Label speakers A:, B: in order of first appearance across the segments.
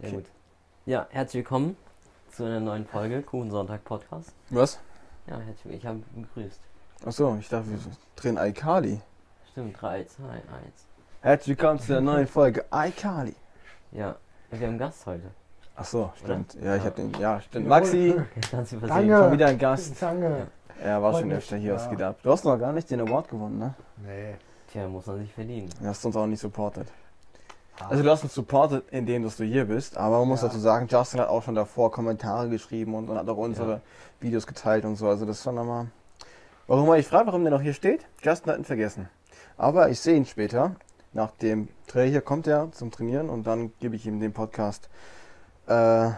A: Sehr gut. Ja, herzlich willkommen zu einer neuen Folge Kuchensonntag Podcast.
B: Was?
A: Ja, herzlich willkommen. Ich habe gegrüßt.
B: Achso, ich dachte, wir drehen iCarly.
A: Stimmt, 3, 2, 1.
B: Herzlich willkommen zu der neuen Folge iCarly.
A: Ja, wir haben einen Gast heute.
B: Achso, stimmt. Ja, ich
A: Ja.
B: hab den. Ja, stimmt. Maxi,
A: Ganz über
C: Danke.
B: schon wieder ein Gast.
C: Zange.
B: Er war
C: Freut
B: schon
C: mich.
B: öfter hier, was
C: Ja.
B: geht ab? Du hast noch gar nicht den Award gewonnen, ne?
C: Nee.
A: Tja, muss man sich verdienen.
B: Du hast uns auch nicht supported. Also, du hast uns supported, indem dass du hier bist. Aber man muss
C: Ja.
B: dazu sagen, Justin hat auch schon davor Kommentare geschrieben und, und hat auch unsere Videos geteilt und so. Also, das ist schon nochmal. Warum war ich frage, warum der noch hier steht? Justin hat ihn vergessen. Aber ich sehe ihn später. Nach dem Dreh hier kommt er zum Trainieren und dann gebe ich ihm den Podcast. Äh,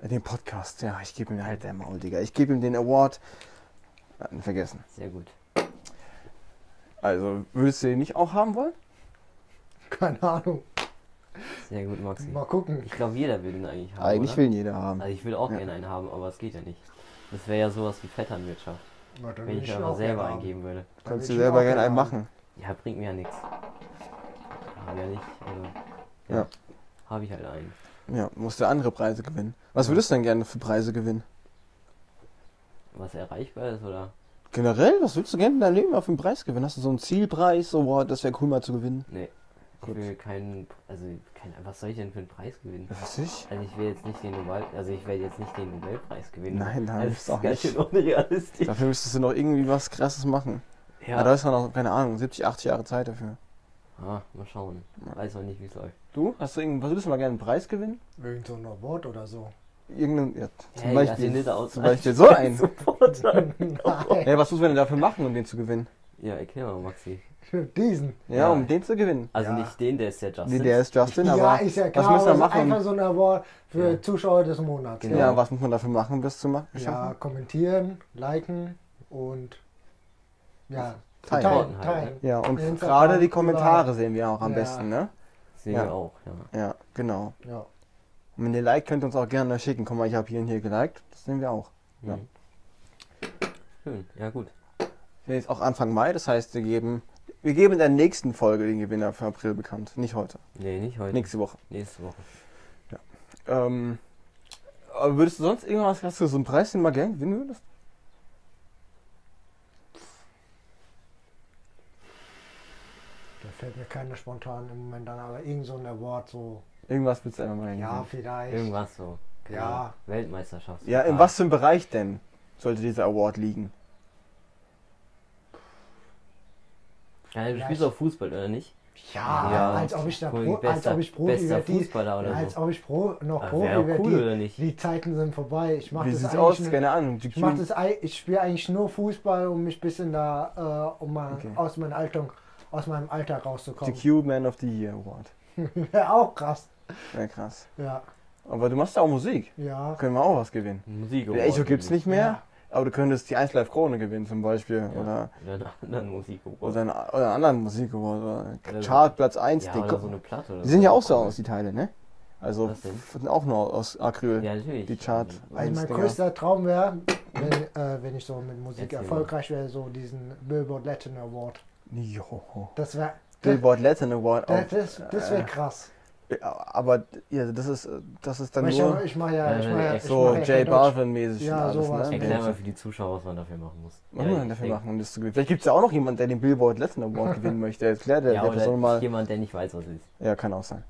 B: den Podcast, ja, ich gebe ihm halt der Maul, Digga. Ich gebe ihm den Award. Hat ihn vergessen.
A: Sehr gut.
B: Also, würdest du den nicht auch haben wollen?
C: Ah. Keine Ahnung.
A: Sehr gut, Maxi.
C: Mal gucken.
A: Ich glaube, jeder will den eigentlich haben.
B: Eigentlich
A: oder?
B: will ihn jeder haben.
A: Also, ich will auch
B: Ja.
A: gerne einen haben, aber es geht ja nicht. Das wäre ja sowas wie Vetternwirtschaft.
C: Na, dann
A: Wenn
C: will
A: ich
C: ihn
A: aber
C: auch
A: selber
C: gerne haben.
A: eingeben würde.
C: Dann
B: Kannst
C: will
B: du
C: ich ihn
B: selber
C: auch
B: gerne einen
C: haben.
B: machen.
A: Ja, bringt mir ja nichts. Habe ja nicht. Also, ja.
B: Ja.
A: Habe ich halt einen.
B: Ja, musst du andere Preise gewinnen. Was
A: Ja.
B: würdest du denn gerne für Preise gewinnen?
A: Was erreichbar ist oder?
B: Generell, was würdest du gerne in deinem Leben auf den Preis gewinnen? Hast du so einen Zielpreis? So, wow, das wäre cool mal zu gewinnen.
A: Nee. Ich
B: Gut.
A: will keinen, also kein, was soll ich denn für einen Preis gewinnen?
B: Was ich?
A: Also ich will jetzt nicht den Nobel, also ich werde jetzt nicht den Nobelpreis gewinnen.
B: Nein, nein,
A: also
B: das ist auch
A: ganz
B: nicht.
A: schön unrealistisch.
B: Dafür müsstest du noch irgendwie was krasses machen. Ja.
A: Ja.
B: Aber da ist man noch, keine Ahnung, 70, 80 Jahre Zeit dafür.
A: Ah, mal schauen. Weiß noch nicht, wie es läuft.
B: Du? Hast du irgendwas, würdest du mal gerne einen Preis gewinnen?
C: Wegen so einer Wort oder so.
B: Irgendeinen, ja, zum
A: Hey, lass ihn
B: Beispiel.
A: nicht aus-
B: Zum Beispiel so einen.
A: Supporter.
C: Nein.
B: Ja, was muss man denn dafür machen, um den zu gewinnen?
A: ja, erklär mal, Maxi.
C: Diesen.
B: Ja,
A: Ja.
B: um den zu gewinnen.
A: Also
C: Ja.
A: nicht den, der ist der Justin.
B: Nee, der ist Justin,
C: ja,
B: aber
C: ist ja
B: was
C: klar.
B: muss
C: aber
B: man
C: es ist
B: machen?
C: Einfach so ein Award für
A: Ja.
C: Zuschauer des Monats.
A: Genau.
B: Ja, was muss man dafür machen, um das zu machen?
C: Ja, kommentieren, liken und ja,
B: Teilen.
C: teilen.
A: Supporten halt,
C: teilen.
B: Ja, und
C: Instagram,
B: gerade die Kommentare
C: überall.
B: sehen wir auch am
C: Ja.
B: besten, ne?
A: Sehen
B: Ja.
A: wir auch, ja.
B: Ja, genau.
C: Ja.
B: Und wenn ihr liked, könnt ihr uns auch gerne schicken. Guck mal, ich habe hier und hier geliked. Das sehen wir auch. Ja.
A: Mhm. Schön, ja gut.
B: Wir sind jetzt auch Anfang Mai, das heißt, wir geben, wir geben in der nächsten Folge den Gewinner für April bekannt. Nicht heute,
A: Nee, nicht heute.
B: nächste Woche.
A: Nächste Woche.
B: Ähm, aber würdest du sonst irgendwas, hast du so einen Preis, den du mal gerne gewinnen würdest?
C: Da fällt mir keiner spontan im Moment an, aber irgend so ein Award so.
B: Irgendwas willst du einfach mal gerne
C: Ja,
B: gewinnen.
C: vielleicht.
A: Irgendwas so. Keine
C: Ja.
A: Ahnung. Weltmeisterschaft.
B: Ja,
C: Ah.
B: in was für einem Bereich denn sollte dieser Award liegen?
A: Ja, du
C: Ja,
A: spielst
C: ich-
A: auch Fußball, oder nicht?
C: Ja,
A: Ja,
C: als ob ich da
A: voll
C: Pro, als
A: bester-
C: ob ich Pro
A: bester
C: über die,
A: Fußballer oder
C: als
A: so.
C: ob ich Pro, noch
A: Ah,
C: Pro
A: wär
C: über
A: cool,
C: die,
A: oder nicht?
C: die Zeiten sind vorbei. Ich mache
B: Wie
C: das
B: sieht's
C: eigentlich
B: aus?
C: nur-
B: Keine Ahnung. GQ.
C: ich mach das, ei- ich spiele eigentlich nur Fußball, um mich bisschen da, äh, um mal
B: Okay.
C: aus meinem Alter, aus meinem Alter rauszukommen.
B: GQ Man of the Year Award.
C: Wäre auch krass.
B: Ja, krass.
C: Ja,
B: Aber du machst ja auch Musik.
C: ja.
B: Können wir auch was gewinnen.
A: Musik
B: Der Echo gibt's nicht mehr,
C: Ja.
B: aber du könntest die 1 Live Krone gewinnen zum Beispiel. Oder
A: Oder einen anderen Musik
B: Oder einen, oder einen anderen Musik oder
A: Oder so-
B: Chartplatz 1
A: ja,
B: Ding.
A: oder
B: Guck,
A: so eine Platte. Oder
B: die sind ja auch so
A: Cool.
B: aus, die Teile, ne? Also
A: Was denn?
B: f- sind auch nur aus Acryl.
A: Ja, natürlich.
B: Die Chart
C: Also
B: 1
C: mein
B: Dinger.
C: größter Traum wäre, wenn, äh, wenn ich so mit Musik
A: Erzähl mal.
C: erfolgreich wäre, so diesen Billboard Latin Award.
B: Jo.
C: Das wäre, das,
B: Billboard Latin
A: Oh.
B: Award
C: das,
B: auch.
C: das, das wäre
B: äh,
C: krass.
B: Aber ja, das ist äh, das ist dann
C: Weil Ich,
B: nur
C: ich mache ja, ich
A: Äh,
C: mache ja, ich
B: so
C: mach ja kein
B: J
C: Deutsch.
B: Balvin mäßig
C: Ja,
B: und alles,
C: sowas.
B: ne?
A: Erklär
B: Wenn-
A: mal für die Zuschauer, was man dafür machen muss.
B: Was muss man denn
A: ich
B: dafür
A: denk-
B: machen, um das zu gewinnen? Vielleicht gibt es ja auch noch jemanden, der den Billboard Latin Award gewinnen möchte. Erklär der,
A: Ja,
B: der
A: oder
B: Person mal.
A: jemand, der nicht weiß, was es ist.
B: Ja, kann auch sein.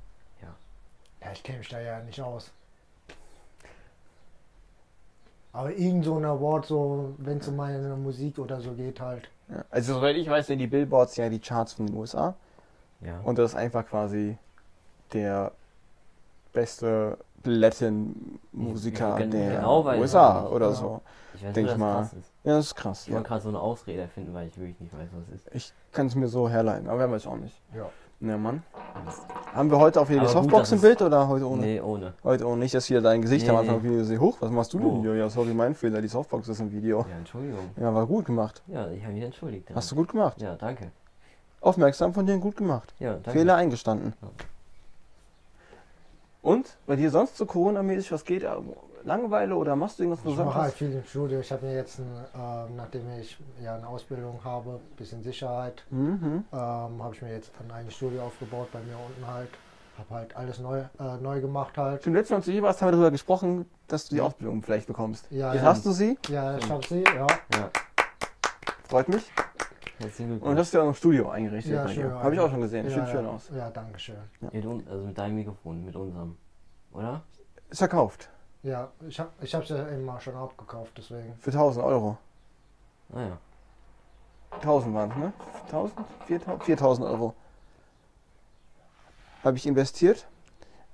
C: Ja, ich kenne mich da ja nicht aus. Aber irgend so ein Award, so, wenn es um meine Musik oder so geht, halt.
B: Ja. Also soweit ich weiß, sind die Billboards ja die Charts von den USA.
A: Ja.
B: Und das ist einfach quasi der beste Latin-Musiker
A: Gen-
B: der
A: genau weiß ich
B: USA
A: nicht.
B: oder
C: Ja.
B: so.
A: ich weiß
B: denk
A: nur, dass
B: ich mal.
A: krass ist.
B: Ja, das ist krass.
A: Ich
B: Ja.
A: wollte gerade so eine Ausrede erfinden, weil ich wirklich nicht weiß, was es ist.
B: Ich kann es mir so herleiten, aber wir haben es auch nicht.
C: Ja.
B: Ne, Mann. Haben wir heute auch wieder die
A: Aber gut,
B: Softbox
A: dass
B: im
A: es-
B: Bild oder heute ohne?
A: Nee, ohne.
B: Heute ohne. Nicht, dass hier dein Gesicht
A: Nee,
B: am Anfang
A: nee.
B: Video sehe. Hoch, was machst du denn
A: Oh.
B: hier? Ja, sorry, mein Fehler. Die Softbox ist im Video.
A: Ja, Entschuldigung.
B: Ja, war gut gemacht.
A: Ja, ich habe mich entschuldigt.
B: Oh. Hast du gut gemacht.
A: Ja, danke.
B: Aufmerksam von dir, gut gemacht.
A: Ja, danke.
B: Fehler eingestanden.
A: Ja.
B: Und bei dir sonst so Corona-mäßig, was geht? Langeweile oder machst du irgendwas
C: Ich mache halt
B: Besonderes?
C: viel im Studio. Ich habe mir jetzt, ein, ähm, nachdem ich ja eine Ausbildung habe, bisschen Sicherheit,
B: Mhm.
C: ähm, habe ich mir jetzt ein eigenes Studio aufgebaut, bei mir unten halt. Hab halt alles neu, äh, neu gemacht halt.
B: Zum letzten Mal, als du hier warst, haben wir darüber gesprochen, dass du die Ausbildung vielleicht bekommst.
C: Ja,
B: Jetzt
C: ja.
B: hast du sie,
C: Ja, ich hab sie, ja.
A: Ja,
B: freut mich.
A: herzlichen
B: Und
A: Glückwunsch.
B: hast du ja noch ein Studio eingerichtet
C: ja
B: bei dir.
C: ja.
B: Habe ich auch schon gesehen,
C: Ja,
B: sieht
C: ja.
B: schön aus.
C: Ja, danke schön.
A: Mit uns, also mit deinem Mikrofon, mit unserem. Oder?
B: Ist verkauft
C: Ja, ich, hab, ich hab's ja eben mal schon abgekauft, deswegen.
B: für 1000 Euro.
A: Naja.
B: 1000 waren es, ne? 1000? 4000? 4000 Euro. Habe ich investiert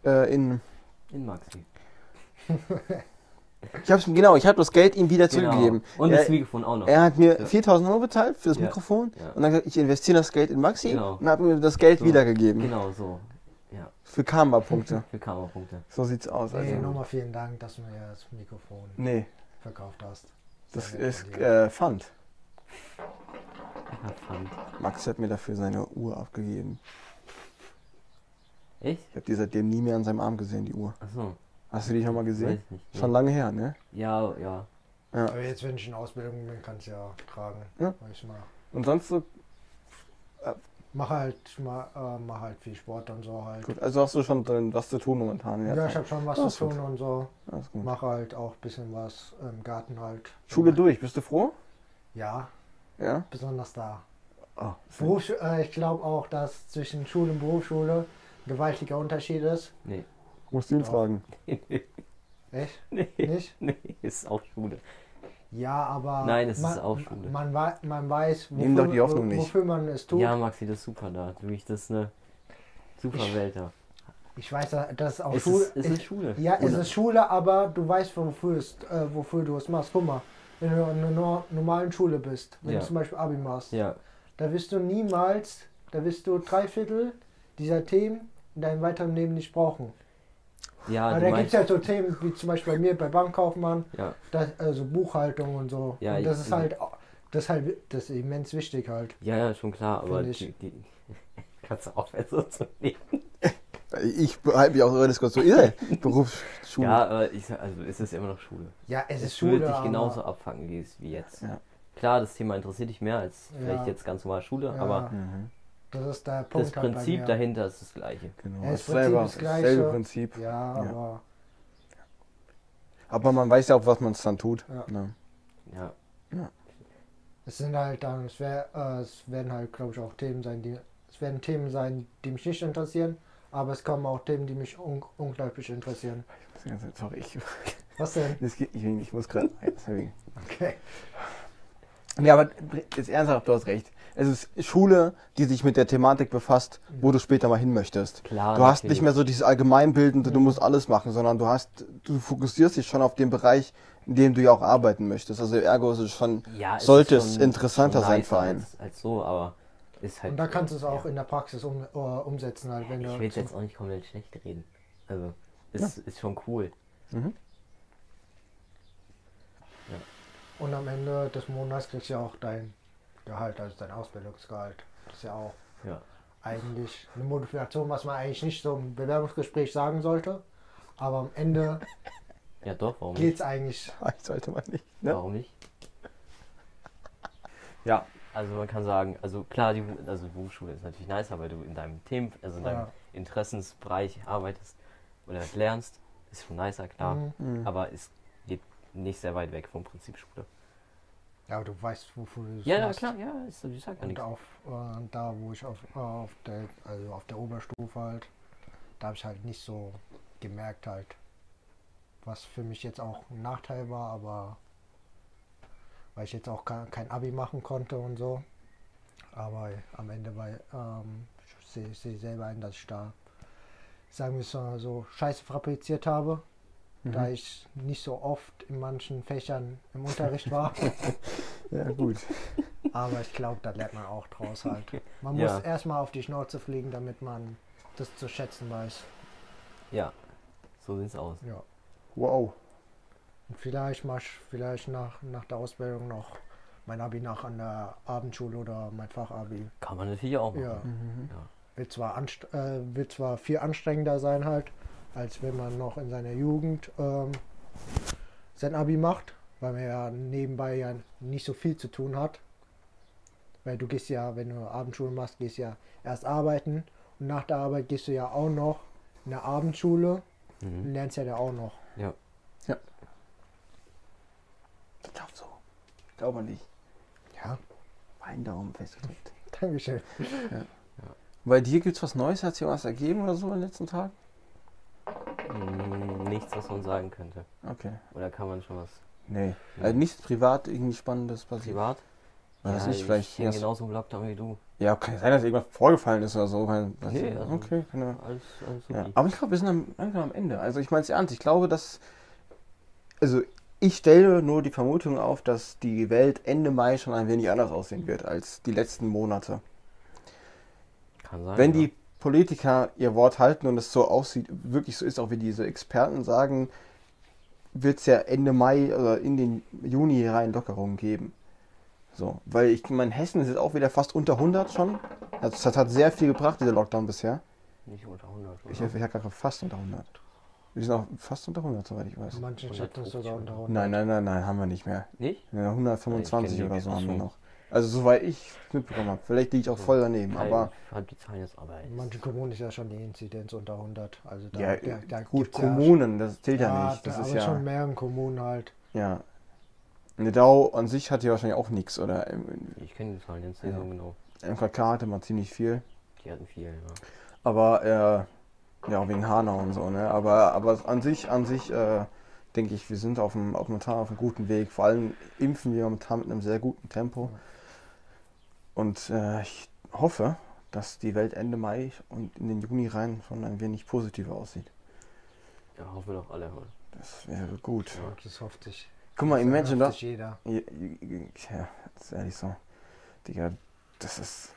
B: äh, in.
A: In Maxi.
B: Ich hab's, genau, ich habe das Geld ihm wieder
A: Genau.
B: zurückgegeben.
A: Und
B: er,
A: das Mikrofon auch noch.
B: er hat mir
A: Ja.
B: 4000 Euro bezahlt für das
A: Ja.
B: Mikrofon
A: Ja.
B: und dann gesagt, ich investiere das Geld in Maxi
A: Genau.
B: und habe mir das Geld
A: So.
B: wiedergegeben.
A: Genau, so.
B: Für Karma-Punkte.
A: Für Kamerapunkte.
B: so sieht's aus.
C: Nee,
B: Also.
C: nochmal vielen Dank, dass du mir das Mikrofon
B: Nee,
C: verkauft hast.
B: das
C: Sehr nett
B: ist
C: von dir.
B: äh, Pfand.
A: Ja, Pfand.
B: Max hat mir dafür seine Uhr abgegeben.
A: Echt?
B: Ich habe die seitdem nie mehr an seinem Arm gesehen, die Uhr.
A: Achso,
B: Hast du die schon mal
A: weiß
B: gesehen?
A: ich nicht.
B: Schon lange her, ne?
A: Ja, ja.
C: Aber jetzt, wenn ich in Ausbildung bin, kann ich ja tragen.
B: Ja.
C: Weil Ich mal,
B: Und sonst so
C: mache halt, mal, äh, mach halt viel Sport und so halt.
B: Gut, also hast du schon drin was zu tun momentan. in der
C: Ja, ich
B: Zeit.
C: habe schon was
B: Das ist
C: zu
B: gut.
C: tun und so.
B: Alles gut.
C: Mache halt auch ein bisschen was im Garten halt.
B: Schule durch, bist du froh?
C: Ja,
B: Ja.
C: besonders da.
B: Oh,
C: Berufs äh, ich glaube auch, dass zwischen Schule und Berufsschule ein gewaltiger Unterschied ist.
A: Nee.
B: musst ihn
C: Doch.
B: fragen.
C: Echt?
A: nee.
C: Nicht?
A: Nee, ist auch Schule.
C: Ja, aber.
A: Nein, es ist
C: man,
A: auch Schule.
C: Man, wei- man weiß, wofür,
B: Nimm doch die Hoffnung nicht.
C: wofür man es tut.
A: Ja, Maxi, das ist super da. Wirklich, das ist eine super Welt da.
C: Ich weiß, dass es auch
A: Es
C: Schule
A: ist, es ist Schule.
C: Ja, es
B: Ohne-
C: ist Schule, aber du weißt, wofür, es, äh, wofür du es machst. Guck mal, wenn du in einer nor- normalen Schule bist, wenn
A: Ja.
C: du zum Beispiel Abi machst,
A: Ja,
C: da wirst du niemals, da wirst du drei Viertel dieser Themen in deinem weiteren Leben nicht brauchen.
A: ja,
C: Aber
A: die
C: da gibt es
A: meisten,
C: ja so Themen wie zum Beispiel bei mir, bei Bankkaufmann,
A: ja,
C: das, also Buchhaltung und so.
A: Ja,
C: und das
A: ich- also
C: ist halt, das ist halt, das ist immens wichtig halt.
A: ja, ja, schon klar, aber
C: Finde ich.
A: die, die kannst du aufhören so zu nehmen.
B: Ich halte mich auch so Diskussion. Irre. Berufsschule.
A: Ja, aber ich, sag- also es ist immer noch Schule.
C: Ja, es ist
A: Es
C: Schule.
A: würde dich
C: aber-
A: genauso abfangen wie es wie jetzt.
B: Ja.
A: Klar, das Thema interessiert dich mehr als
C: Ja.
A: vielleicht jetzt ganz normal Schule,
C: Ja,
A: aber
B: Mhm,
C: das ist der Punkt
A: das
C: halt bei
A: Prinzip
C: mir.
A: dahinter ist das gleiche.
B: genau.
C: Ja, das
B: Ist
C: Prinzip
B: selber,
C: ist gleich,
B: selbe
C: ja.
B: Prinzip.
C: Ja, aber
B: Aber man weiß ja auch, was man dann tut.
C: Ja.
B: Ne?
A: Ja,
C: Es sind halt dann, es, wär, äh, es werden halt, glaube ich, auch Themen sein, die es werden Themen sein, die mich nicht interessieren, aber es kommen auch Themen, die mich un unglaublich interessieren.
B: Das Ganze- Also, Sorry, ich,
C: Was denn?
B: das geht, ich, ich muss gerade. Sorry.
C: Okay.
B: Ja, aber jetzt ernsthaft, du hast recht. Es ist Schule, die sich mit der Thematik befasst, wo du später mal hin möchtest.
A: klar.
B: Du hast
A: Mhm. natürlich. Mhm.
B: nicht mehr so dieses Allgemeinbildende, du musst alles machen, sondern du hast, du fokussierst dich schon auf den Bereich, in dem du ja auch arbeiten möchtest. Also ergo ist es schon,
A: Ja, es
B: sollte
A: ist
B: es
A: schon-
B: interessanter
A: schon
B: sein
A: nicer
B: für einen.
A: Als, als so, aber ist halt.
C: Und dann kannst du es auch in der Praxis um, äh, umsetzen, halt, wenn
A: Ich
C: du.
A: will jetzt auch nicht komplett schlecht reden. Also, ist, ist schon cool.
C: Und am Ende des Monats kriegst du ja auch dein Gehalt, also dein Ausbildungsgehalt. Das ist ja auch
A: Ja.
C: eigentlich eine Motivation, was man eigentlich nicht so im Bewerbungsgespräch sagen sollte. Aber am Ende
A: Ja, doch, warum
C: geht
A: nicht?
C: es eigentlich.
B: ich sollte mal nicht. Ne?
A: Warum nicht?
B: Ja.
A: Also, man kann sagen, also klar, die, Bu- also die Berufsschule ist natürlich nicer, weil du in deinem Themen, also in deinem
C: Ja.
A: Interessensbereich arbeitest oder lernst. Ist schon nicer, klar.
C: Mhm.
A: Aber es geht nicht sehr weit weg vom Prinzip Schule.
C: Ja, aber du weißt, wofür du es
A: Ja, ja,
C: machst.
A: klar, ja, ist, ich sag ja
C: Und
A: nichts.
C: auf, äh, da, wo ich auf, äh, auf, der, also auf der Oberstufe halt, da habe ich halt nicht so gemerkt halt, was für mich jetzt auch ein Nachteil war, aber weil ich jetzt auch kein, kein Abi machen konnte und so. Aber am Ende war, ähm, ich sehe seh selber ein, dass ich da, sagen wir es mal so, Scheiße fabriziert habe,
B: Mhm.
C: da ich nicht so oft in manchen Fächern im Unterricht war.
B: Ja, gut.
C: Aber ich glaube, da lernt man auch draus halt. Man
A: Ja.
C: muss erstmal auf die Schnauze fliegen, damit man das zu schätzen weiß.
A: Ja, so sieht's aus.
C: Ja.
B: Wow.
C: Und vielleicht mach ich vielleicht nach, nach der Ausbildung noch mein Abi nach an der Abendschule oder mein Fachabi.
A: Kann man natürlich auch machen.
C: Ja.
A: Ja.
C: Wird zwar, anst äh, wird zwar viel anstrengender sein halt, als wenn man noch in seiner Jugend ähm, sein Abi macht, weil man ja nebenbei ja nicht so viel zu tun hat. Weil du gehst ja, wenn du Abendschule machst, gehst ja erst arbeiten und nach der Arbeit gehst du ja auch noch in der Abendschule
A: Mhm.
C: lernst ja da auch noch.
A: Ja.
B: Ich glaube so. Ich glaube nicht.
C: Ja,
B: Mein Daumen festgedrückt.
C: Dankeschön.
B: Bei dir gibt's was Neues? Hat sich was ergeben oder so in den letzten Tagen?
A: Mm, Nichts, was man sagen könnte.
B: Okay.
A: Oder kann man schon was
B: Nee. Also nichts privat, irgendwie Spannendes passiert.
A: privat?
B: Oder was
A: ja,
B: nicht, vielleicht.
A: ich häng
B: irgendwas-
A: genauso im Lockdown wie du.
B: Ja, kann sein, dass irgendwas vorgefallen ist oder so. Weil, was-
A: Nee, also-
B: okay, keine
A: Alles, alles
B: ja.
A: super.
B: Aber ich glaube, wir sind am, langsam am Ende. Also ich meine es ernst. Ich glaube, dass. Also ich stelle nur die Vermutung auf, dass die Welt Ende Mai schon ein wenig anders aussehen wird als die letzten Monate.
A: Kann sein.
B: Wenn
A: ja.
B: die Politiker ihr Wort halten und es so aussieht, wirklich so ist, auch wie diese Experten sagen, wird es ja Ende Mai oder in den Juni rein Lockerungen geben. So, weil ich meine, Hessen ist jetzt auch wieder fast unter 100 schon. Das, das hat sehr viel gebracht, dieser Lockdown bisher.
A: Nicht unter 100. Oder?
B: Ich, ich habe gerade fast unter 100. Wir sind auch fast unter 100, soweit ich weiß.
C: Manche Chatten sogar unter
A: Hundertfünfzig.
C: 100.
B: Nein, nein, nein, nein, haben wir nicht mehr.
A: Nicht?
B: Ja, 125
A: Ich kenn die
B: oder so
A: nicht.
B: haben wir
A: Ach so.
B: noch. Also soweit ich mitbekommen habe. Vielleicht liege ich auch voll daneben,
A: Nein,
B: aber
A: Ich fand die Zahlen jetzt aber. jetzt-
C: Manche Kommunen ist ja schon die Inzidenz unter 100. Also da,
B: ja,
C: da, da
B: gut,
C: gibt's ja-
B: Kommunen, das zählt ja
C: Ja,
B: nicht. Das
C: da,
B: ist
C: aber
B: ja
C: schon mehreren Kommunen halt.
B: Ja. Eine DAO an sich hatte ja wahrscheinlich auch nichts, oder? Ähm, Im,
A: Ich kenne die Zahlen jetzt nicht
B: Ja.
A: so genau.
B: im MKK hatte man ziemlich viel.
A: Die hatten viel, ja.
B: Aber, äh, ja, wegen Hanau und so, ne? Aber, aber an sich, an sich, äh, denke ich, wir sind auf dem, auf momentan auf einem guten Weg. Vor allem impfen wir momentan mit einem sehr guten Tempo. Und äh, ich hoffe, dass die Welt Ende Mai und in den Juni rein schon ein wenig positiver aussieht.
A: Ja, hoffen wir doch alle. Mann.
B: Das wäre gut.
C: Ja. Das hofft sich.
B: Guck mal,
C: das
B: imagine
C: hofft
B: das.
C: sich jeder.
B: Ja, ja, das ist ehrlich so. Digga, das ist.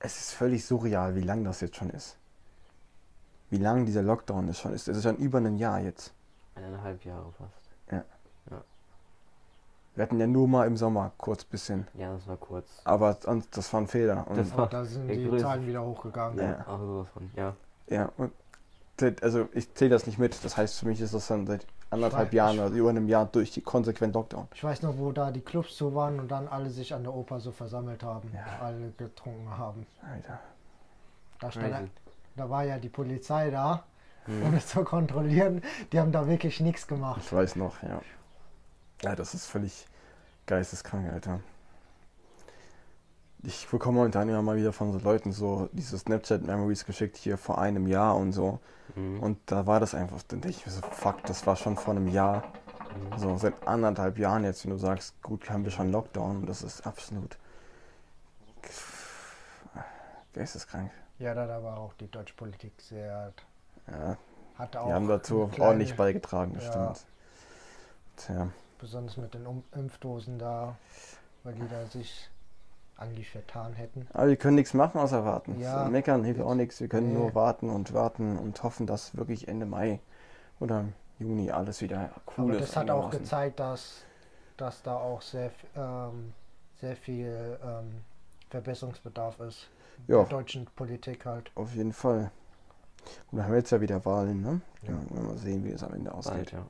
B: Es ist völlig surreal, wie lang das jetzt schon ist. Wie lang dieser Lockdown ist schon ist. Es ist schon über ein Jahr jetzt.
A: Eineinhalb Jahre fast.
B: Wir hatten ja nur mal im Sommer kurz bisschen.
A: Ja, das war kurz.
B: Aber sonst, das war ein Fehler. Und,
A: Das
C: Aber da sind
A: der
C: die
A: größte-
C: Zahlen wieder hochgegangen.
B: Ja.
A: Ach, sowas von. Ja.
B: ja, und, das- also ich zähle das nicht mit. Das heißt, für mich ist das dann seit anderthalb
C: Ich weiß-
B: Jahren oder über einem Jahr durch die konsequent Lockdown.
C: Ich weiß noch, wo da die Clubs zu waren und dann alle sich an der Oper so versammelt haben.
B: Ja.
C: Alle getrunken haben.
B: Alter.
C: Da,
A: Crazy.
C: stand, da war ja die Polizei da, um
A: Hm.
C: das zu kontrollieren. Die haben da wirklich nichts gemacht.
B: Ich weiß noch, ja. Ja, das ist völlig geisteskrank, Alter. Ich bekomme momentan immer mal wieder von so Leuten so diese Snapchat-Memories geschickt hier vor einem Jahr und so.
A: Hm.
B: Und da war das einfach, dann denke ich mir so, fuck, das war schon vor einem Jahr. So seit anderthalb Jahren jetzt, wenn du sagst, gut, haben wir schon Lockdown und das ist absolut geisteskrank.
C: Ja, da, da war auch die deutsche Politik sehr.
B: Ja,
C: Hatte auch
B: die haben dazu
C: eine kleine-
B: ordentlich beigetragen, das
C: Ja.
B: stimmt. Tja,
C: Besonders mit den um Impfdosen da, weil die da sich angeblich vertan hätten.
B: Aber wir können nichts machen außer warten.
C: Ja.
B: Meckern hilft auch nichts. Wir können
C: Nee.
B: nur warten und warten und hoffen, dass wirklich Ende Mai oder Juni alles wieder cool
C: Aber
B: ist.
C: das hat auch
B: einigermaßen.
C: gezeigt, dass, dass da auch sehr, f- ähm, sehr viel ähm, Verbesserungsbedarf ist.
B: Ja.
C: Der deutschen Politik halt.
B: Auf jeden Fall. Und dann haben wir jetzt ja wieder Wahlen, ne?
C: Ja.
B: Dann wollen wir mal sehen, wie es am Ende
A: Bald,
B: ausgeht.
A: ja.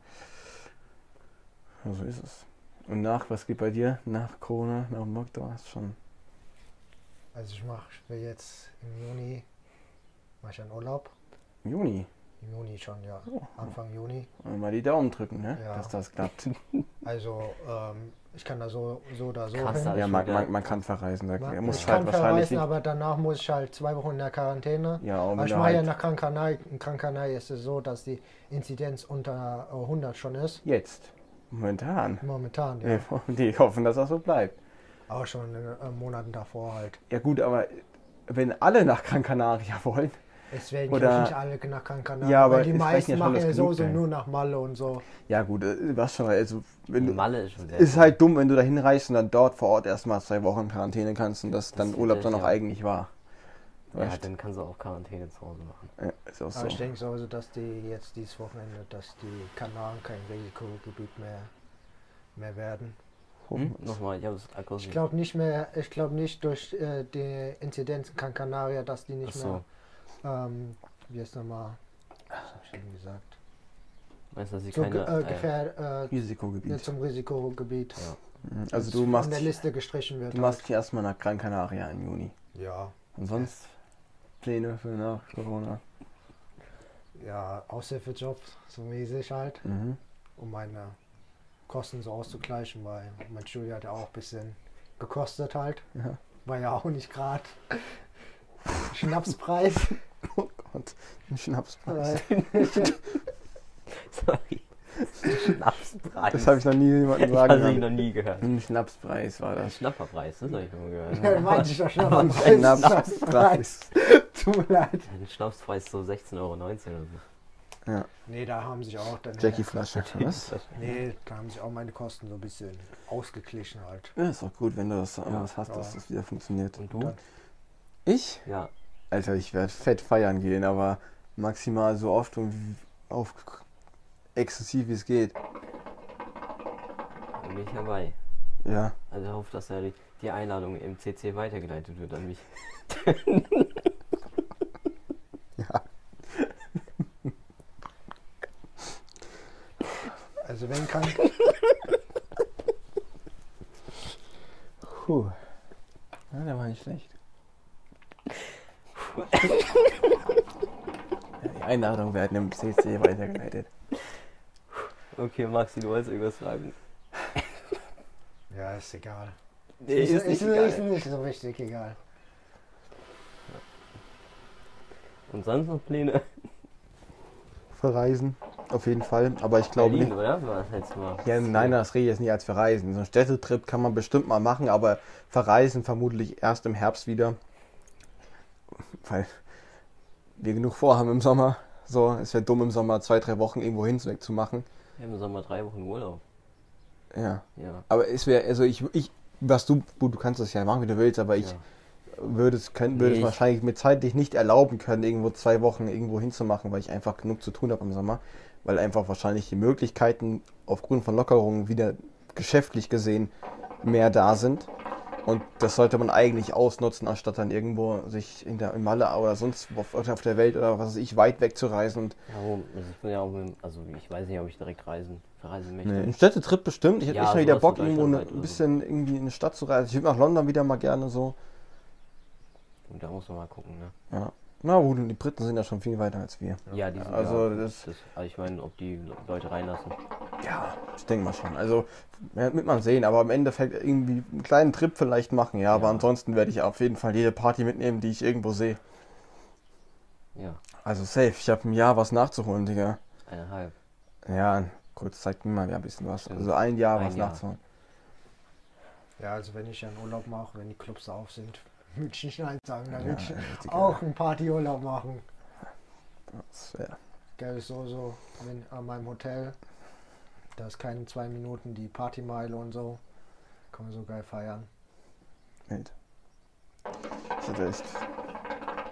B: Ja, so ist es. Und nach, was geht bei dir? Nach Corona, nach dem Lockdown hast du schon.
C: Also ich mache, ich will jetzt im Juni, mache ich einen Urlaub.
B: im Juni.
C: Im Juni schon, ja.
B: Oh.
C: Anfang Juni.
B: Und mal die Daumen drücken, ne?
C: Ja.
B: Dass das klappt.
C: Also ähm, ich kann da so, so oder so
A: Krass,
C: hin. ne?
A: Alter.
B: Ja, man,
A: wieder-
B: man, man kann verreisen. Da, er muss
C: ich
B: halt
C: kann
B: wahrscheinlich.
C: verreisen, aber danach muss ich halt zwei Wochen in der Quarantäne.
B: nicht, ja, und
C: Aber
B: wenn
C: ich
B: du
C: mache ja
B: halt
C: nach Gran Canaria. In Gran Canaria ist es so, dass die Inzidenz unter äh, 100 schon ist.
B: Jetzt. Momentan.
C: Momentan, ja.
B: Wir die hoffen, dass das so bleibt.
C: Auch schon in äh, Monaten davor halt.
B: Ja gut, aber wenn alle nach Gran Canaria wollen,
C: Deswegen
B: Oder-
C: fliegen nicht alle nach Gran Canaria.
B: Ja, aber
C: weil die
B: es reichen ja
C: meisten
B: schon
C: machen
B: das
C: ja
B: genug,
C: so
B: ey.
C: nur nach Malle und so.
B: ja gut, äh, du hast schon recht. Also, wenn du,
A: Malle ist schon sehr.
B: ist halt dumm, wenn du da hinreist und dann dort vor Ort erstmal zwei Wochen in Quarantäne kannst und das dann
A: Das
B: Urlaub
A: geht
B: dann auch
A: ja.
B: eigentlich war.
A: ja,
B: Weißt du?
A: dann kannst du auch Quarantäne zu Hause machen.
B: Ja, ist auch so.
C: Aber ich denke sowieso, dass die jetzt dieses Wochenende, dass die Kanaren kein Risikogebiet mehr, mehr werden.
A: Oh,
B: Hm?
A: Nochmal, ich habe es akustisch.
C: Ich glaube nicht mehr, ich glaube nicht durch äh, die Inzidenz in Gran Canaria, dass die
A: Ach
C: nicht
A: so.
C: mehr, ähm, wie ist nochmal, was hab ich denn gesagt,
A: Weißt du, dass sie
C: so,
A: keine.
C: ge- äh,
A: äh,
C: gefähr, äh,
B: Risikogebiet.
C: zum Risikogebiet
A: Ja.
B: Mhm. Also du
C: von
B: machst,
C: der Liste gestrichen wird.
B: du machst dich erstmal nach Gran Canaria im Juni.
C: ja.
B: Und sonst Pläne für nach Corona.
C: ja, Aushilfejob, so mäßig halt,
B: Mhm.
C: um meine Kosten so auszugleichen, weil mein Studio hat ja auch ein bisschen gekostet halt.
B: Ja.
C: War ja auch nicht gerade Schnapspreis.
B: Oh Gott, ein Schnapspreis.
C: weil-
A: Sorry. Schnapspreis.
B: Das habe ich noch nie jemandem
A: Das
B: sagen
A: hab ich
B: hören.
A: noch nie gehört.
B: Ein Schnapspreis war
A: Ein
B: das.
A: Schnapperpreis, das habe ich schon mal
C: Ja,
A: gehört.
C: meinte ich doch schon.
A: Aber
C: aber
A: kein
C: Preis,
B: Schnaps-
C: Schnaps- Tut mir leid.
A: Ein Schnapspreis so 16,19 Euro oder so.
C: Nee, da haben sich auch dann.
B: Jackie Flasche. Was?
C: Nee, da haben sich auch meine Kosten so ein bisschen ausgeglichen halt.
B: Ja, ist auch gut, wenn du das
A: Ja.
B: was hast, dass
C: Ja.
B: das wieder funktioniert.
A: Und du?
B: Ich?
A: Ja.
B: Alter, ich werde fett feiern gehen, aber maximal so oft und wie- auf exzessiv wie es geht.
A: Dann bin ich dabei.
B: Ja.
A: Also hoffe, dass da die- die Einladung im CC weitergeleitet wird an mich.
C: Also wenn kein,
B: Puh. Ja, der war nicht schlecht. Ja, die Einladung werden im CC weitergeleitet.
A: Okay, Maxi, du wolltest irgendwas fragen.
C: Ja, ist egal.
A: Nee, ist nicht
C: ist, ist
A: egal.
C: nicht so richtig egal.
A: Und sonst noch Pläne?
B: Verreisen, auf jeden Fall. Aber ich glaube
A: Berlin,
B: nicht.
A: oder? War das letzte Mal?
B: Ja, nein, das rede ich jetzt nicht als Verreisen. So einen Städtetrip kann man bestimmt mal machen, aber verreisen vermutlich erst im Herbst wieder. Weil wir genug vorhaben im Sommer. So, es wäre dumm im Sommer zwei, drei Wochen irgendwo hin wegzumachen.
A: Wir haben im Sommer drei Wochen Urlaub.
B: Ja.
A: Ja.
B: Aber es wäre, also ich, ich, was du, gut, du kannst das ja machen, wie du willst, aber ich
A: Ja.
B: würde es können, würde
A: Nee,
B: es
A: ich-
B: wahrscheinlich mir zeitlich nicht erlauben können, irgendwo zwei Wochen irgendwo hinzumachen, weil ich einfach genug zu tun habe im Sommer, weil einfach wahrscheinlich die Möglichkeiten aufgrund von Lockerungen wieder geschäftlich gesehen mehr da sind. Und das sollte man eigentlich ausnutzen, anstatt dann irgendwo sich in der in Malle oder sonst wo auf, auf der Welt oder was weiß ich, weit weg zu reisen. Und,
A: Ja, warum? Also ich bin ja auch mit, dem- also ich weiß nicht, ob ich direkt reisen, verreisen möchte.
B: nee. Ein Städtetrip bestimmt. Ich hätte
A: Ja,
B: echt mal wieder
A: sowas
B: Bock,
A: in
B: irgendwo ne,
A: Deutschland oder so.
B: ein bisschen irgendwie in eine Stadt zu reisen. Ich würde nach London wieder mal gerne so.
A: Und da muss man mal gucken, ne?
B: Na gut, und die Briten sind ja schon viel weiter als wir.
A: Ja, die sind
B: Also
A: ja,
B: das-
A: also ich meine, ob die Leute reinlassen.
B: Ja, ich denke mal schon. Also, ja, wird man sehen, aber im Endeffekt irgendwie einen kleinen Trip vielleicht machen, ja. Aber
A: Ja.
B: ansonsten werde ich auf jeden Fall jede Party mitnehmen, die ich irgendwo sehe.
A: Ja,
B: Also safe, ich habe im Jahr was nachzuholen, Digga.
A: eineinhalb.
B: Ja, kurz zeigt mir mal ja, ein bisschen was.
A: Stimmt.
B: Also ein Jahr
A: Ein
B: was
A: Jahr.
B: nachzuholen.
C: Ja, also wenn ich einen Urlaub mache, wenn die Clubs auf sind, würde ich nicht Nein sagen. Dann
B: Ja,
C: würde ich
B: richtig,
C: auch einen Partyurlaub machen.
B: Das wär-
C: Gell, ist so, so wenn, an meinem Hotel. Da ist keine zwei Minuten die Partymeile und so. Kann man so geil feiern.
B: wild. Das ist echt.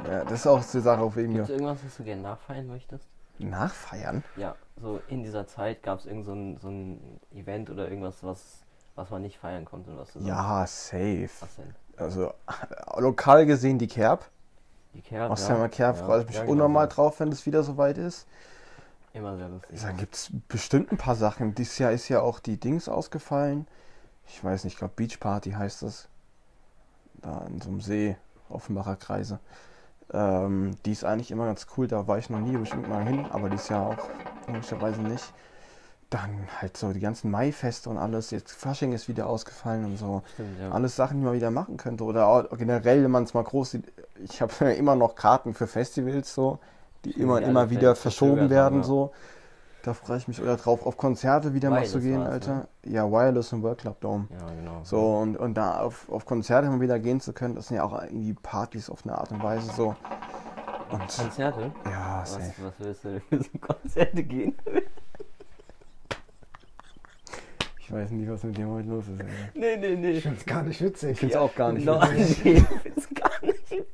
B: Ja, das ist auch so die Sache auf wegen
A: Gibt es
B: der-
A: irgendwas, was du gerne nachfeiern möchtest?
B: Nachfeiern?
A: Ja, so in dieser Zeit gab es irgend so ein, so ein Event oder irgendwas, was, was man nicht feiern konnte und was du sagst.
B: Ja, safe.
A: Was denn?
B: Also lokal gesehen die Kerb.
A: Die Kerl.
B: Aus der Kerb freue ich mich
A: ja, genau
B: unnormal
A: so.
B: drauf, wenn es wieder soweit ist.
A: Immer sehr lustig.
B: Dann gibt es bestimmt ein paar Sachen. Dieses Jahr ist ja auch die Dings ausgefallen. Ich weiß nicht, ich glaube Beach Party heißt es. Da in so einem See, Offenbacher Kreise. Ähm, die ist eigentlich immer ganz cool, da war ich noch nie bestimmt mal hin, aber dieses Jahr auch möglicherweise nicht. Dann halt so die ganzen Maifeste und alles. Jetzt Fasching ist wieder ausgefallen und so.
A: Stimmt, ja.
B: Alles Sachen, die man wieder machen könnte. Oder auch generell, wenn man es mal groß sieht, ich habe ja immer noch Karten für Festivals so, die
A: Stimmt,
B: immer
A: die
B: und immer
A: alle
B: wieder
A: verzögert
B: verschoben
A: haben,
B: werden
A: ja.
B: so. Da freue ich mich oder drauf, auf Konzerte wieder mal
A: Wireless
B: zu gehen,
A: war's,
B: Alter. Ja, Wireless und World Club Dome.
A: Ja, genau.
B: So, und, und da auf, auf Konzerte mal wieder gehen zu können, das sind ja auch irgendwie Partys auf eine Art und Weise so. Und
A: Konzerte?
B: ja, safe.
A: Was, was willst du denn für Konzerte gehen?
B: Ich weiß nicht, was mit dem heute los ist. Alter.
A: nee, nee, nee.
C: Ich finde es gar nicht witzig.
B: find's auch gar
A: No, ich find's gar nicht.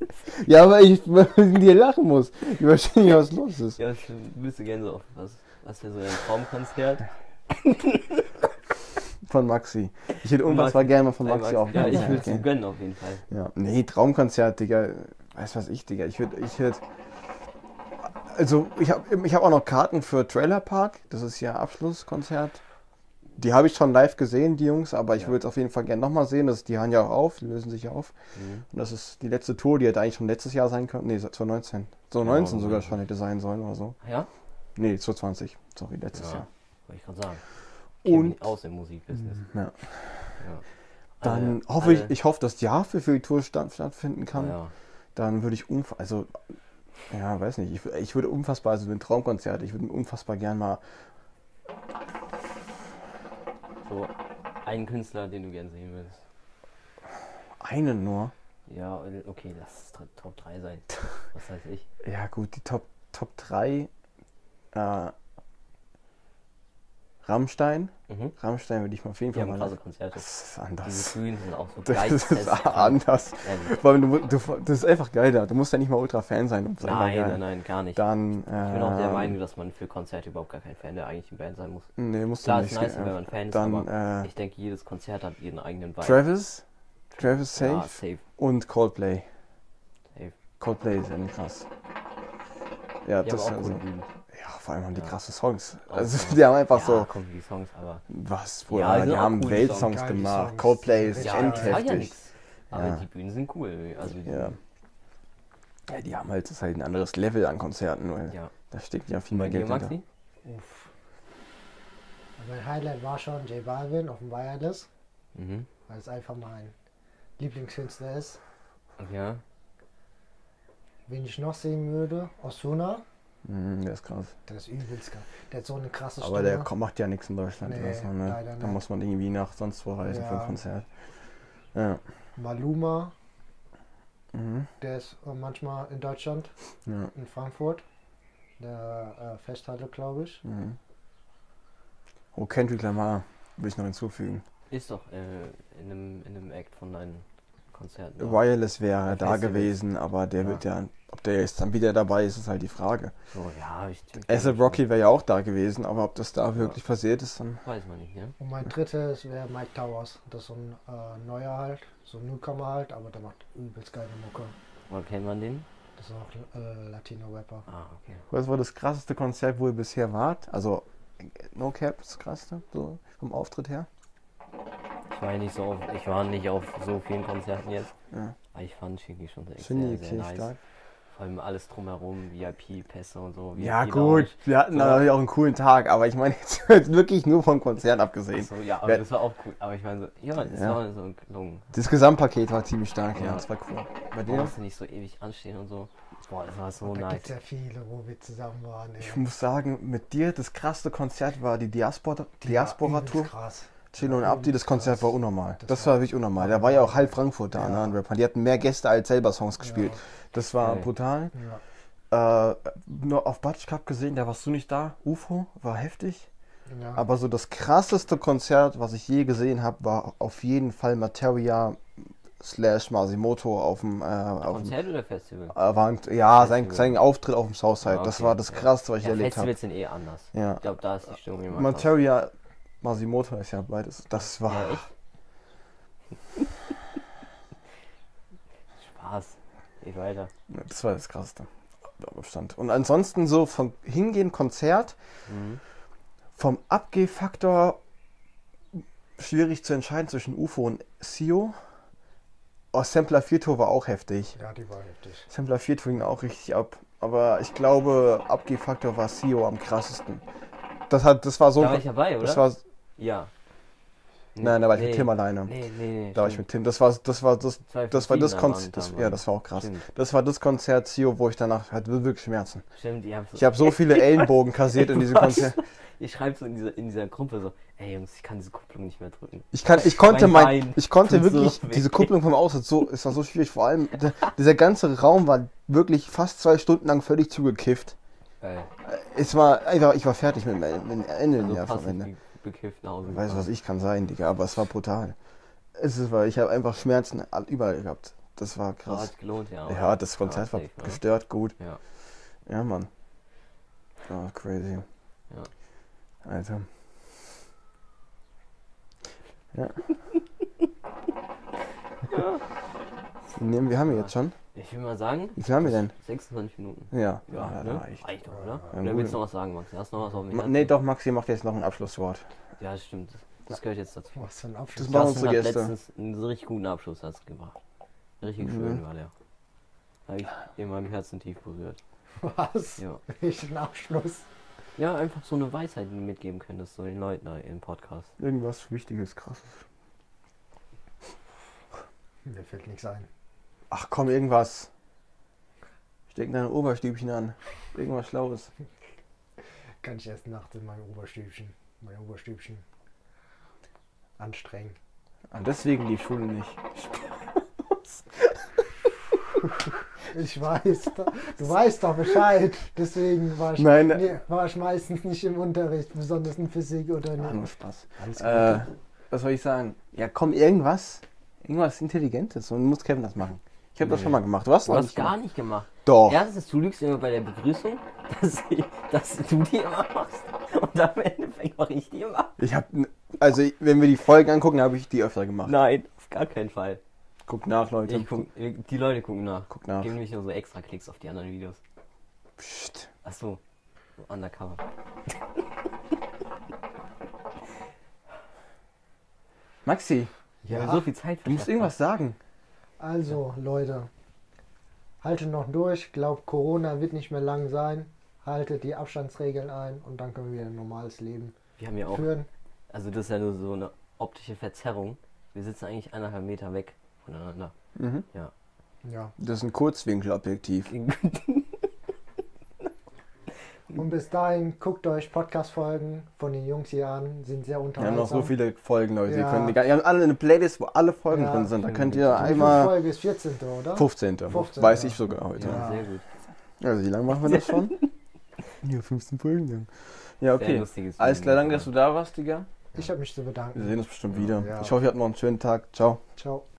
B: Ja, aber ich, weil ich dir lachen muss. Ich verstehe nicht, was los ist.
A: Ja, ich wüsste gerne so, was, was wäre so dein Traumkonzert?
B: Von Maxi. Ich hätte
A: Von
B: unfassbar
A: Maxi.
B: gerne mal von
A: Nein,
B: Maxi auf
A: Ja, ich
B: Konzert
A: würde es ihm
B: gehen.
A: gönnen auf jeden Fall.
B: Ja, nee, Traumkonzert, Digga. Weiß was ich, Digga. Ich würde, ich würde. Also, ich habe ich hab auch noch Karten für Trailer Park. Das ist ja Abschlusskonzert. Die habe ich schon live gesehen, die Jungs, aber ich
A: Ja.
B: würde es auf jeden Fall gerne nochmal sehen. Das, die hören ja auch auf, die lösen sich ja auf.
A: Mhm.
B: Und das ist die letzte Tour, die hätte eigentlich schon letztes Jahr sein können. Nee, seit 2019. So
A: Genau,
B: 19 sogar
A: genau.
B: schon hätte sein sollen oder so.
A: Ah, Ja?
B: Nee, 2020. Sorry, letztes
A: Ja.
B: Jahr.
A: Wollte ich gerade sagen. Kenn
B: Und
A: mich aus im Musikbusiness.
B: ja.
A: Ja.
B: dann
A: Alle-
B: hoffe ich,
A: alle-
B: ich hoffe, dass die Hafe für die Tour statt, stattfinden kann.
A: Ja,
B: Dann würde ich unfassbar, also, ja, weiß nicht, ich, ich würde unfassbar, also ein Traumkonzert, ich würde unfassbar gern mal,
A: so einen Künstler, den du gern sehen würdest.
B: einen nur.
A: Ja, okay, lass es Top- Top 3 sein. Was weiß ich.
B: Ja, gut, die Top, Top 3, äh, Rammstein.
A: Mhm.
B: Rammstein würde ich mal auf jeden
A: Die
B: Fall
A: haben
B: mal.
A: krasse Konzerte.
B: Das ist
A: Diese
B: anders.
A: Grünen sind auch so
B: Das ist
A: geil.
B: anders. Weil du, du, das ist einfach geil da. Du musst ja nicht mal Ultra-Fan sein, um es einfach
A: Nein,
B: geil.
A: nein, nein, gar nicht.
B: Dann,
A: Ich bin auch der
B: ähm,
A: Meinung, dass man für Konzerte überhaupt gar kein Fan der eigentlichen Band sein muss.
B: Nee, musst
A: Klar,
B: du
A: ist
B: nicht.
A: nice,
B: ja.
A: wenn man Fan ist,
B: Dann
A: aber
B: äh,
A: ich denke, jedes Konzert hat ihren eigenen Vibe.
B: Travis, Travis Safe
A: Ja, safe,
B: und Coldplay.
A: safe.
B: Coldplay ist irgendwie krass. Ja,
A: Die
B: das
A: haben auch
B: sind
A: gute
B: so,
A: Bühnen.
B: ja, vor allem haben die
A: Ja.
B: krasse Songs.
A: Auch
B: Also
A: krass.
B: die haben einfach
A: ja,
B: so
A: kommt die Songs, aber.
B: was,
A: Ja,
B: Bruder,
A: die sind
B: die
A: auch
B: haben
A: coole
B: Weltsongs
C: Songs.
B: gemacht.
C: Geile
B: Coldplay ist
C: Songs.
B: echt
C: Ja,
A: Ja, das war ja
B: heftig.
A: nix. Aber
B: Ja.
A: die Bühnen sind cool. Also, die-
B: Ja. Ja, die haben halt, das ist halt ein anderes Level an Konzerten, weil
A: ja.
B: da steckt ja viel
A: Bei
B: mehr
A: dir,
B: Geld hinter.
A: Maxi?
C: Uff. Also Mein Highlight war schon J Balvin auf dem Wireless,
A: Mhm.
C: weil es einfach mein Lieblingskünstler ist.
A: Ja.
C: Wen ich noch sehen würde, Osuna,
B: Mhm, der ist krass.
C: der ist übelst geil. Der hat so eine krasse
B: Aber
C: Stimme.
B: der ko- macht ja nichts in Deutschland.
C: Nee,
B: also, ne?
C: leider
B: Da
C: nicht.
B: muss man irgendwie nach sonst wo reisen für
C: Ja.
B: ein Konzert. Ja.
C: Maluma,
B: Mhm.
C: der ist äh, manchmal in Deutschland,
B: ja.
C: in Frankfurt. Der äh, Festhalle, glaube ich.
B: Mhm. Oh, Kendrick Lamar will ich noch hinzufügen.
A: Ist doch äh, in, einem, in einem Act von deinen Konzerten.
B: Wireless wäre
A: Auf
B: da
A: Festivals.
B: gewesen, aber der
C: Ja.
B: wird ja, ob der jetzt dann wieder dabei ist, ist halt die Frage.
A: So, ja, ich.
B: Acid Rocky wäre ja auch da gewesen, aber ob das da wirklich passiert ist, dann.
A: Weiß man nicht, ne?
C: Und mein drittes wäre Mike Towers. Das ist so ein äh, neuer halt, so ein Newcomer halt, aber der macht übelst geile Mucke.
A: Oder kennt man den?
C: Das ist auch äh, Latino-Rapper.
A: Ah, okay.
B: Was war das krasseste Konzert, wo ihr bisher wart? Also, No Cap, das krasseste, so vom Auftritt her?
A: Ich war ja nicht so auf, ich war nicht auf so vielen Konzerten jetzt.
B: Ja.
A: Aber ich fand Shindy schon sehr,
B: Finde
A: sehr,
B: ich
A: sehr
B: okay,
A: nice.
B: stark.
A: Vor allem alles drumherum, VIP-Pässe und so.
B: Ja,
A: VIP-Lounge.
B: gut, wir hatten da natürlich auch einen coolen Tag, aber ich meine jetzt wirklich nur vom Konzert
A: Ach
B: abgesehen.
A: So, ja, aber
B: Wer-
A: das war auch cool. Aber ich meine, so, ja, das
B: Ja.
A: war so gelungen.
B: Das Gesamtpaket war ziemlich stark, ja,
A: Ja.
B: das war cool. Bei
A: Du
B: dir?
A: musst nicht so ewig anstehen und so. Boah, das war so
B: Oh,
C: da
A: nice.
C: gibt's ja viele, wo wir zusammen waren. ey.
B: Ich muss sagen, mit dir das krasseste Konzert war die Diaspora-
C: Die war
B: Diaspora-Tour.
C: übelst Krass.
B: Chilo und
C: Ja,
B: Abdi, das
C: übelst
B: Konzert
C: krass.
B: war unnormal. Das,
C: Das
B: war
C: war-
B: wirklich unnormal. Da war ja auch halb Frankfurt da,
C: Ja.
B: ne, an Rappern. Die hatten mehr Gäste als selber Songs gespielt. Das war
A: Geil.
B: brutal.
C: Ja.
B: Äh, nur auf Butch Cup gesehen, da warst du nicht da. UFO war heftig.
C: Ja.
B: Aber so das krasseste Konzert, was ich je gesehen habe, war auf jeden Fall Materia slash Masimoto auf dem, äh, auf dem
A: Konzert oder Festival?
B: äh, war ein, ja, sein,
A: Festival.
B: sein Auftritt auf dem Southside.
A: Ah,
B: Das
A: okay,
B: war das
A: ja.
B: krasseste, was ich
A: Ja,
B: erlebt habe.
A: Festivals sind eh anders.
B: Ja.
A: Ich glaube, da ist die Stimmung immer anders.
B: Materia Masimoto ist ja beides. Das war.
A: Ja, echt? Spaß. Geht weiter.
B: Ja, Das war das Krasseste. Abstand. Und ansonsten so von hingehen Konzert, vom Abgehfaktor schwierig zu entscheiden zwischen UFO und Sio. Oh, Sampler 4 Tour war auch heftig.
C: ja, die war heftig.
B: Sampler 4 Tour ging auch richtig ab. Aber ich glaube, Abgehfaktor war Sio am krassesten. Das, hat, das war so
A: Da
B: ein.
A: war ich dabei, oder?
B: das war,
A: ja. Nee,
B: nein, da war ich mit
A: nee,
B: Tim alleine.
A: Nee, nee, nee.
B: Da war ne? ich mit Tim. Das war das war das
A: Zwei
B: das war das
A: verschiedene waren
B: Konzert. Das,
A: damals.
B: ja, das war auch krass.
A: Stimmt.
B: Das war das Konzert Sio, wo ich danach hatte wirklich Schmerzen.
A: stimmt. Stimmt, ihr habt so,
B: Ich habe so viele Ellenbogen kassiert in diesem
A: Was?
B: Konzert.
A: Ich schreibe so in dieser, in dieser Gruppe so, ey Jungs, ich kann diese Kupplung nicht mehr drücken.
B: Ich, kann, ich konnte
A: Mein
B: mein,
A: Bein
B: ich konnte
A: tut so
B: wirklich
A: weh.
B: diese Kupplung vom Aussatz so, es war so schwierig. Vor allem der, dieser ganze Raum war wirklich fast zwei Stunden lang völlig zugekifft.
A: Geil.
B: Es war einfach, ich war fertig mit dem El- mit dem Ende
A: So
B: ja, vom
A: passiv
B: Ende.
A: be bekifft nach Hause.
B: Weißt du, was
A: gefahren.
B: ich kann sein, Digga, aber es war brutal. Es ist, weil ich habe einfach Schmerzen all- überall gehabt. Das war
A: Aber
B: krass.
A: hat gelohnt, ja.
B: Ja, das Konzert war
A: safe, ja.
B: gestört gut.
A: Ja.
B: Ja, Mann. Ah, crazy.
A: Ja.
B: Alter. Ja. Nehmen, wir haben wir jetzt schon.
A: Ich will mal sagen,
B: Wie viel haben wir denn?
A: 26 Minuten.
B: Ja.
A: Ja,
B: da
A: ne?
B: reicht.
A: reicht doch, oder?
B: Ja,
A: oder
B: gut.
A: willst du noch was sagen, Max? Hast du noch was auf dem
B: Ma-
A: Herzen?
B: Nee, doch, Maxi macht jetzt noch ein Abschlusswort.
A: Ja, das stimmt. Das gehört jetzt dazu.
C: Was für ein Abschluss.
B: Das
A: Du
B: machen
A: hast
B: unsere
A: hat
B: Gäste. Mhm.
A: letztens einen richtig guten Abschluss hast du gebracht. Richtig schön war der. Habe ich in meinem Herzen tief berührt.
C: Was?
A: Ja.
C: Ich den Abschluss.
A: ja, einfach so eine Weisheit, die du mitgeben könntest, so den Leuten da im Podcast.
B: Irgendwas Wichtiges, Krasses.
C: Mir fällt nichts ein.
B: Ach komm, irgendwas. Steck deine Oberstübchen an. Irgendwas Schlaues.
C: Kann ich erst nachts in meinem Oberstübchen, mein Oberstübchen anstrengen.
B: Ah, deswegen die Schule nicht.
C: Ich weiß, doch- du weißt doch Bescheid. Deswegen war ich,
B: Nein.
C: nee, war ich meistens nicht im Unterricht, besonders in Physik oder
B: Ah,
C: in
B: nur Spaß.
C: Alles gut.
B: Äh, was soll ich sagen? Ja, komm, irgendwas. Irgendwas Intelligentes. Und muss Kevin das machen. Ich habe das schon mal gemacht. Du hast
A: Du
B: noch
A: hast
B: nicht
A: gar
B: gemacht.
A: nicht gemacht.
B: Doch.
A: Erstens, du lügst immer bei der Begrüßung, dass, ich, dass du die immer machst. Und dann im Endeffekt mache ich die immer.
B: Ich habe, also wenn wir die Folgen angucken, habe ich die öfter gemacht.
A: Nein, auf gar keinen Fall.
B: Guck nach, Leute.
A: Ich guck, die Leute gucken nach.
B: Guck nach.
A: Geben nämlich nur so extra Klicks auf die anderen Videos.
B: Psst.
A: Ach so, so undercover.
B: Maxi,
A: Wir
C: ja,
A: haben so viel Zeit
B: du musst irgendwas sagen.
C: also Leute, haltet noch durch. Glaubt, Corona wird nicht mehr lang sein. Haltet die Abstandsregeln ein und dann können wir ein normales Leben
A: Wir haben ja auch,
C: führen.
A: also das ist ja nur so eine optische Verzerrung. Wir sitzen eigentlich eineinhalb Meter weg voneinander.
B: Mhm.
A: Ja.
C: Ja.
B: Das ist ein Kurzwinkelobjektiv.
C: Und bis dahin guckt euch Podcast-Folgen von den Jungs hier an. Sind sehr
B: Wir haben
C: unterhaltsam.
B: noch so viele Folgen, Leute. Ihr
C: Ja.
B: könnt, die gar- wir haben alle eine Playlist, wo alle Folgen
C: Ja.
B: drin sind. Da könnt ihr
A: Die
C: Die
B: einmal
C: Folge ist 14. oder?
B: 15.
C: 15,
B: Weiß
C: ja.
B: ich sogar heute.
A: Ja,
C: Ja.
A: sehr gut.
B: Also wie lange machen wir das schon? ja, 15 Folgen lang. Ja,
A: Sehr
B: okay.
A: lustiges
B: Alles
A: Video.
B: klar, danke, dass du da warst, Digga.
C: Ich habe mich zu
B: Wir
C: bedanken.
B: sehen uns bestimmt wieder.
C: Ja.
B: Ich hoffe, ihr habt noch einen schönen Tag. Ciao.
C: Ciao.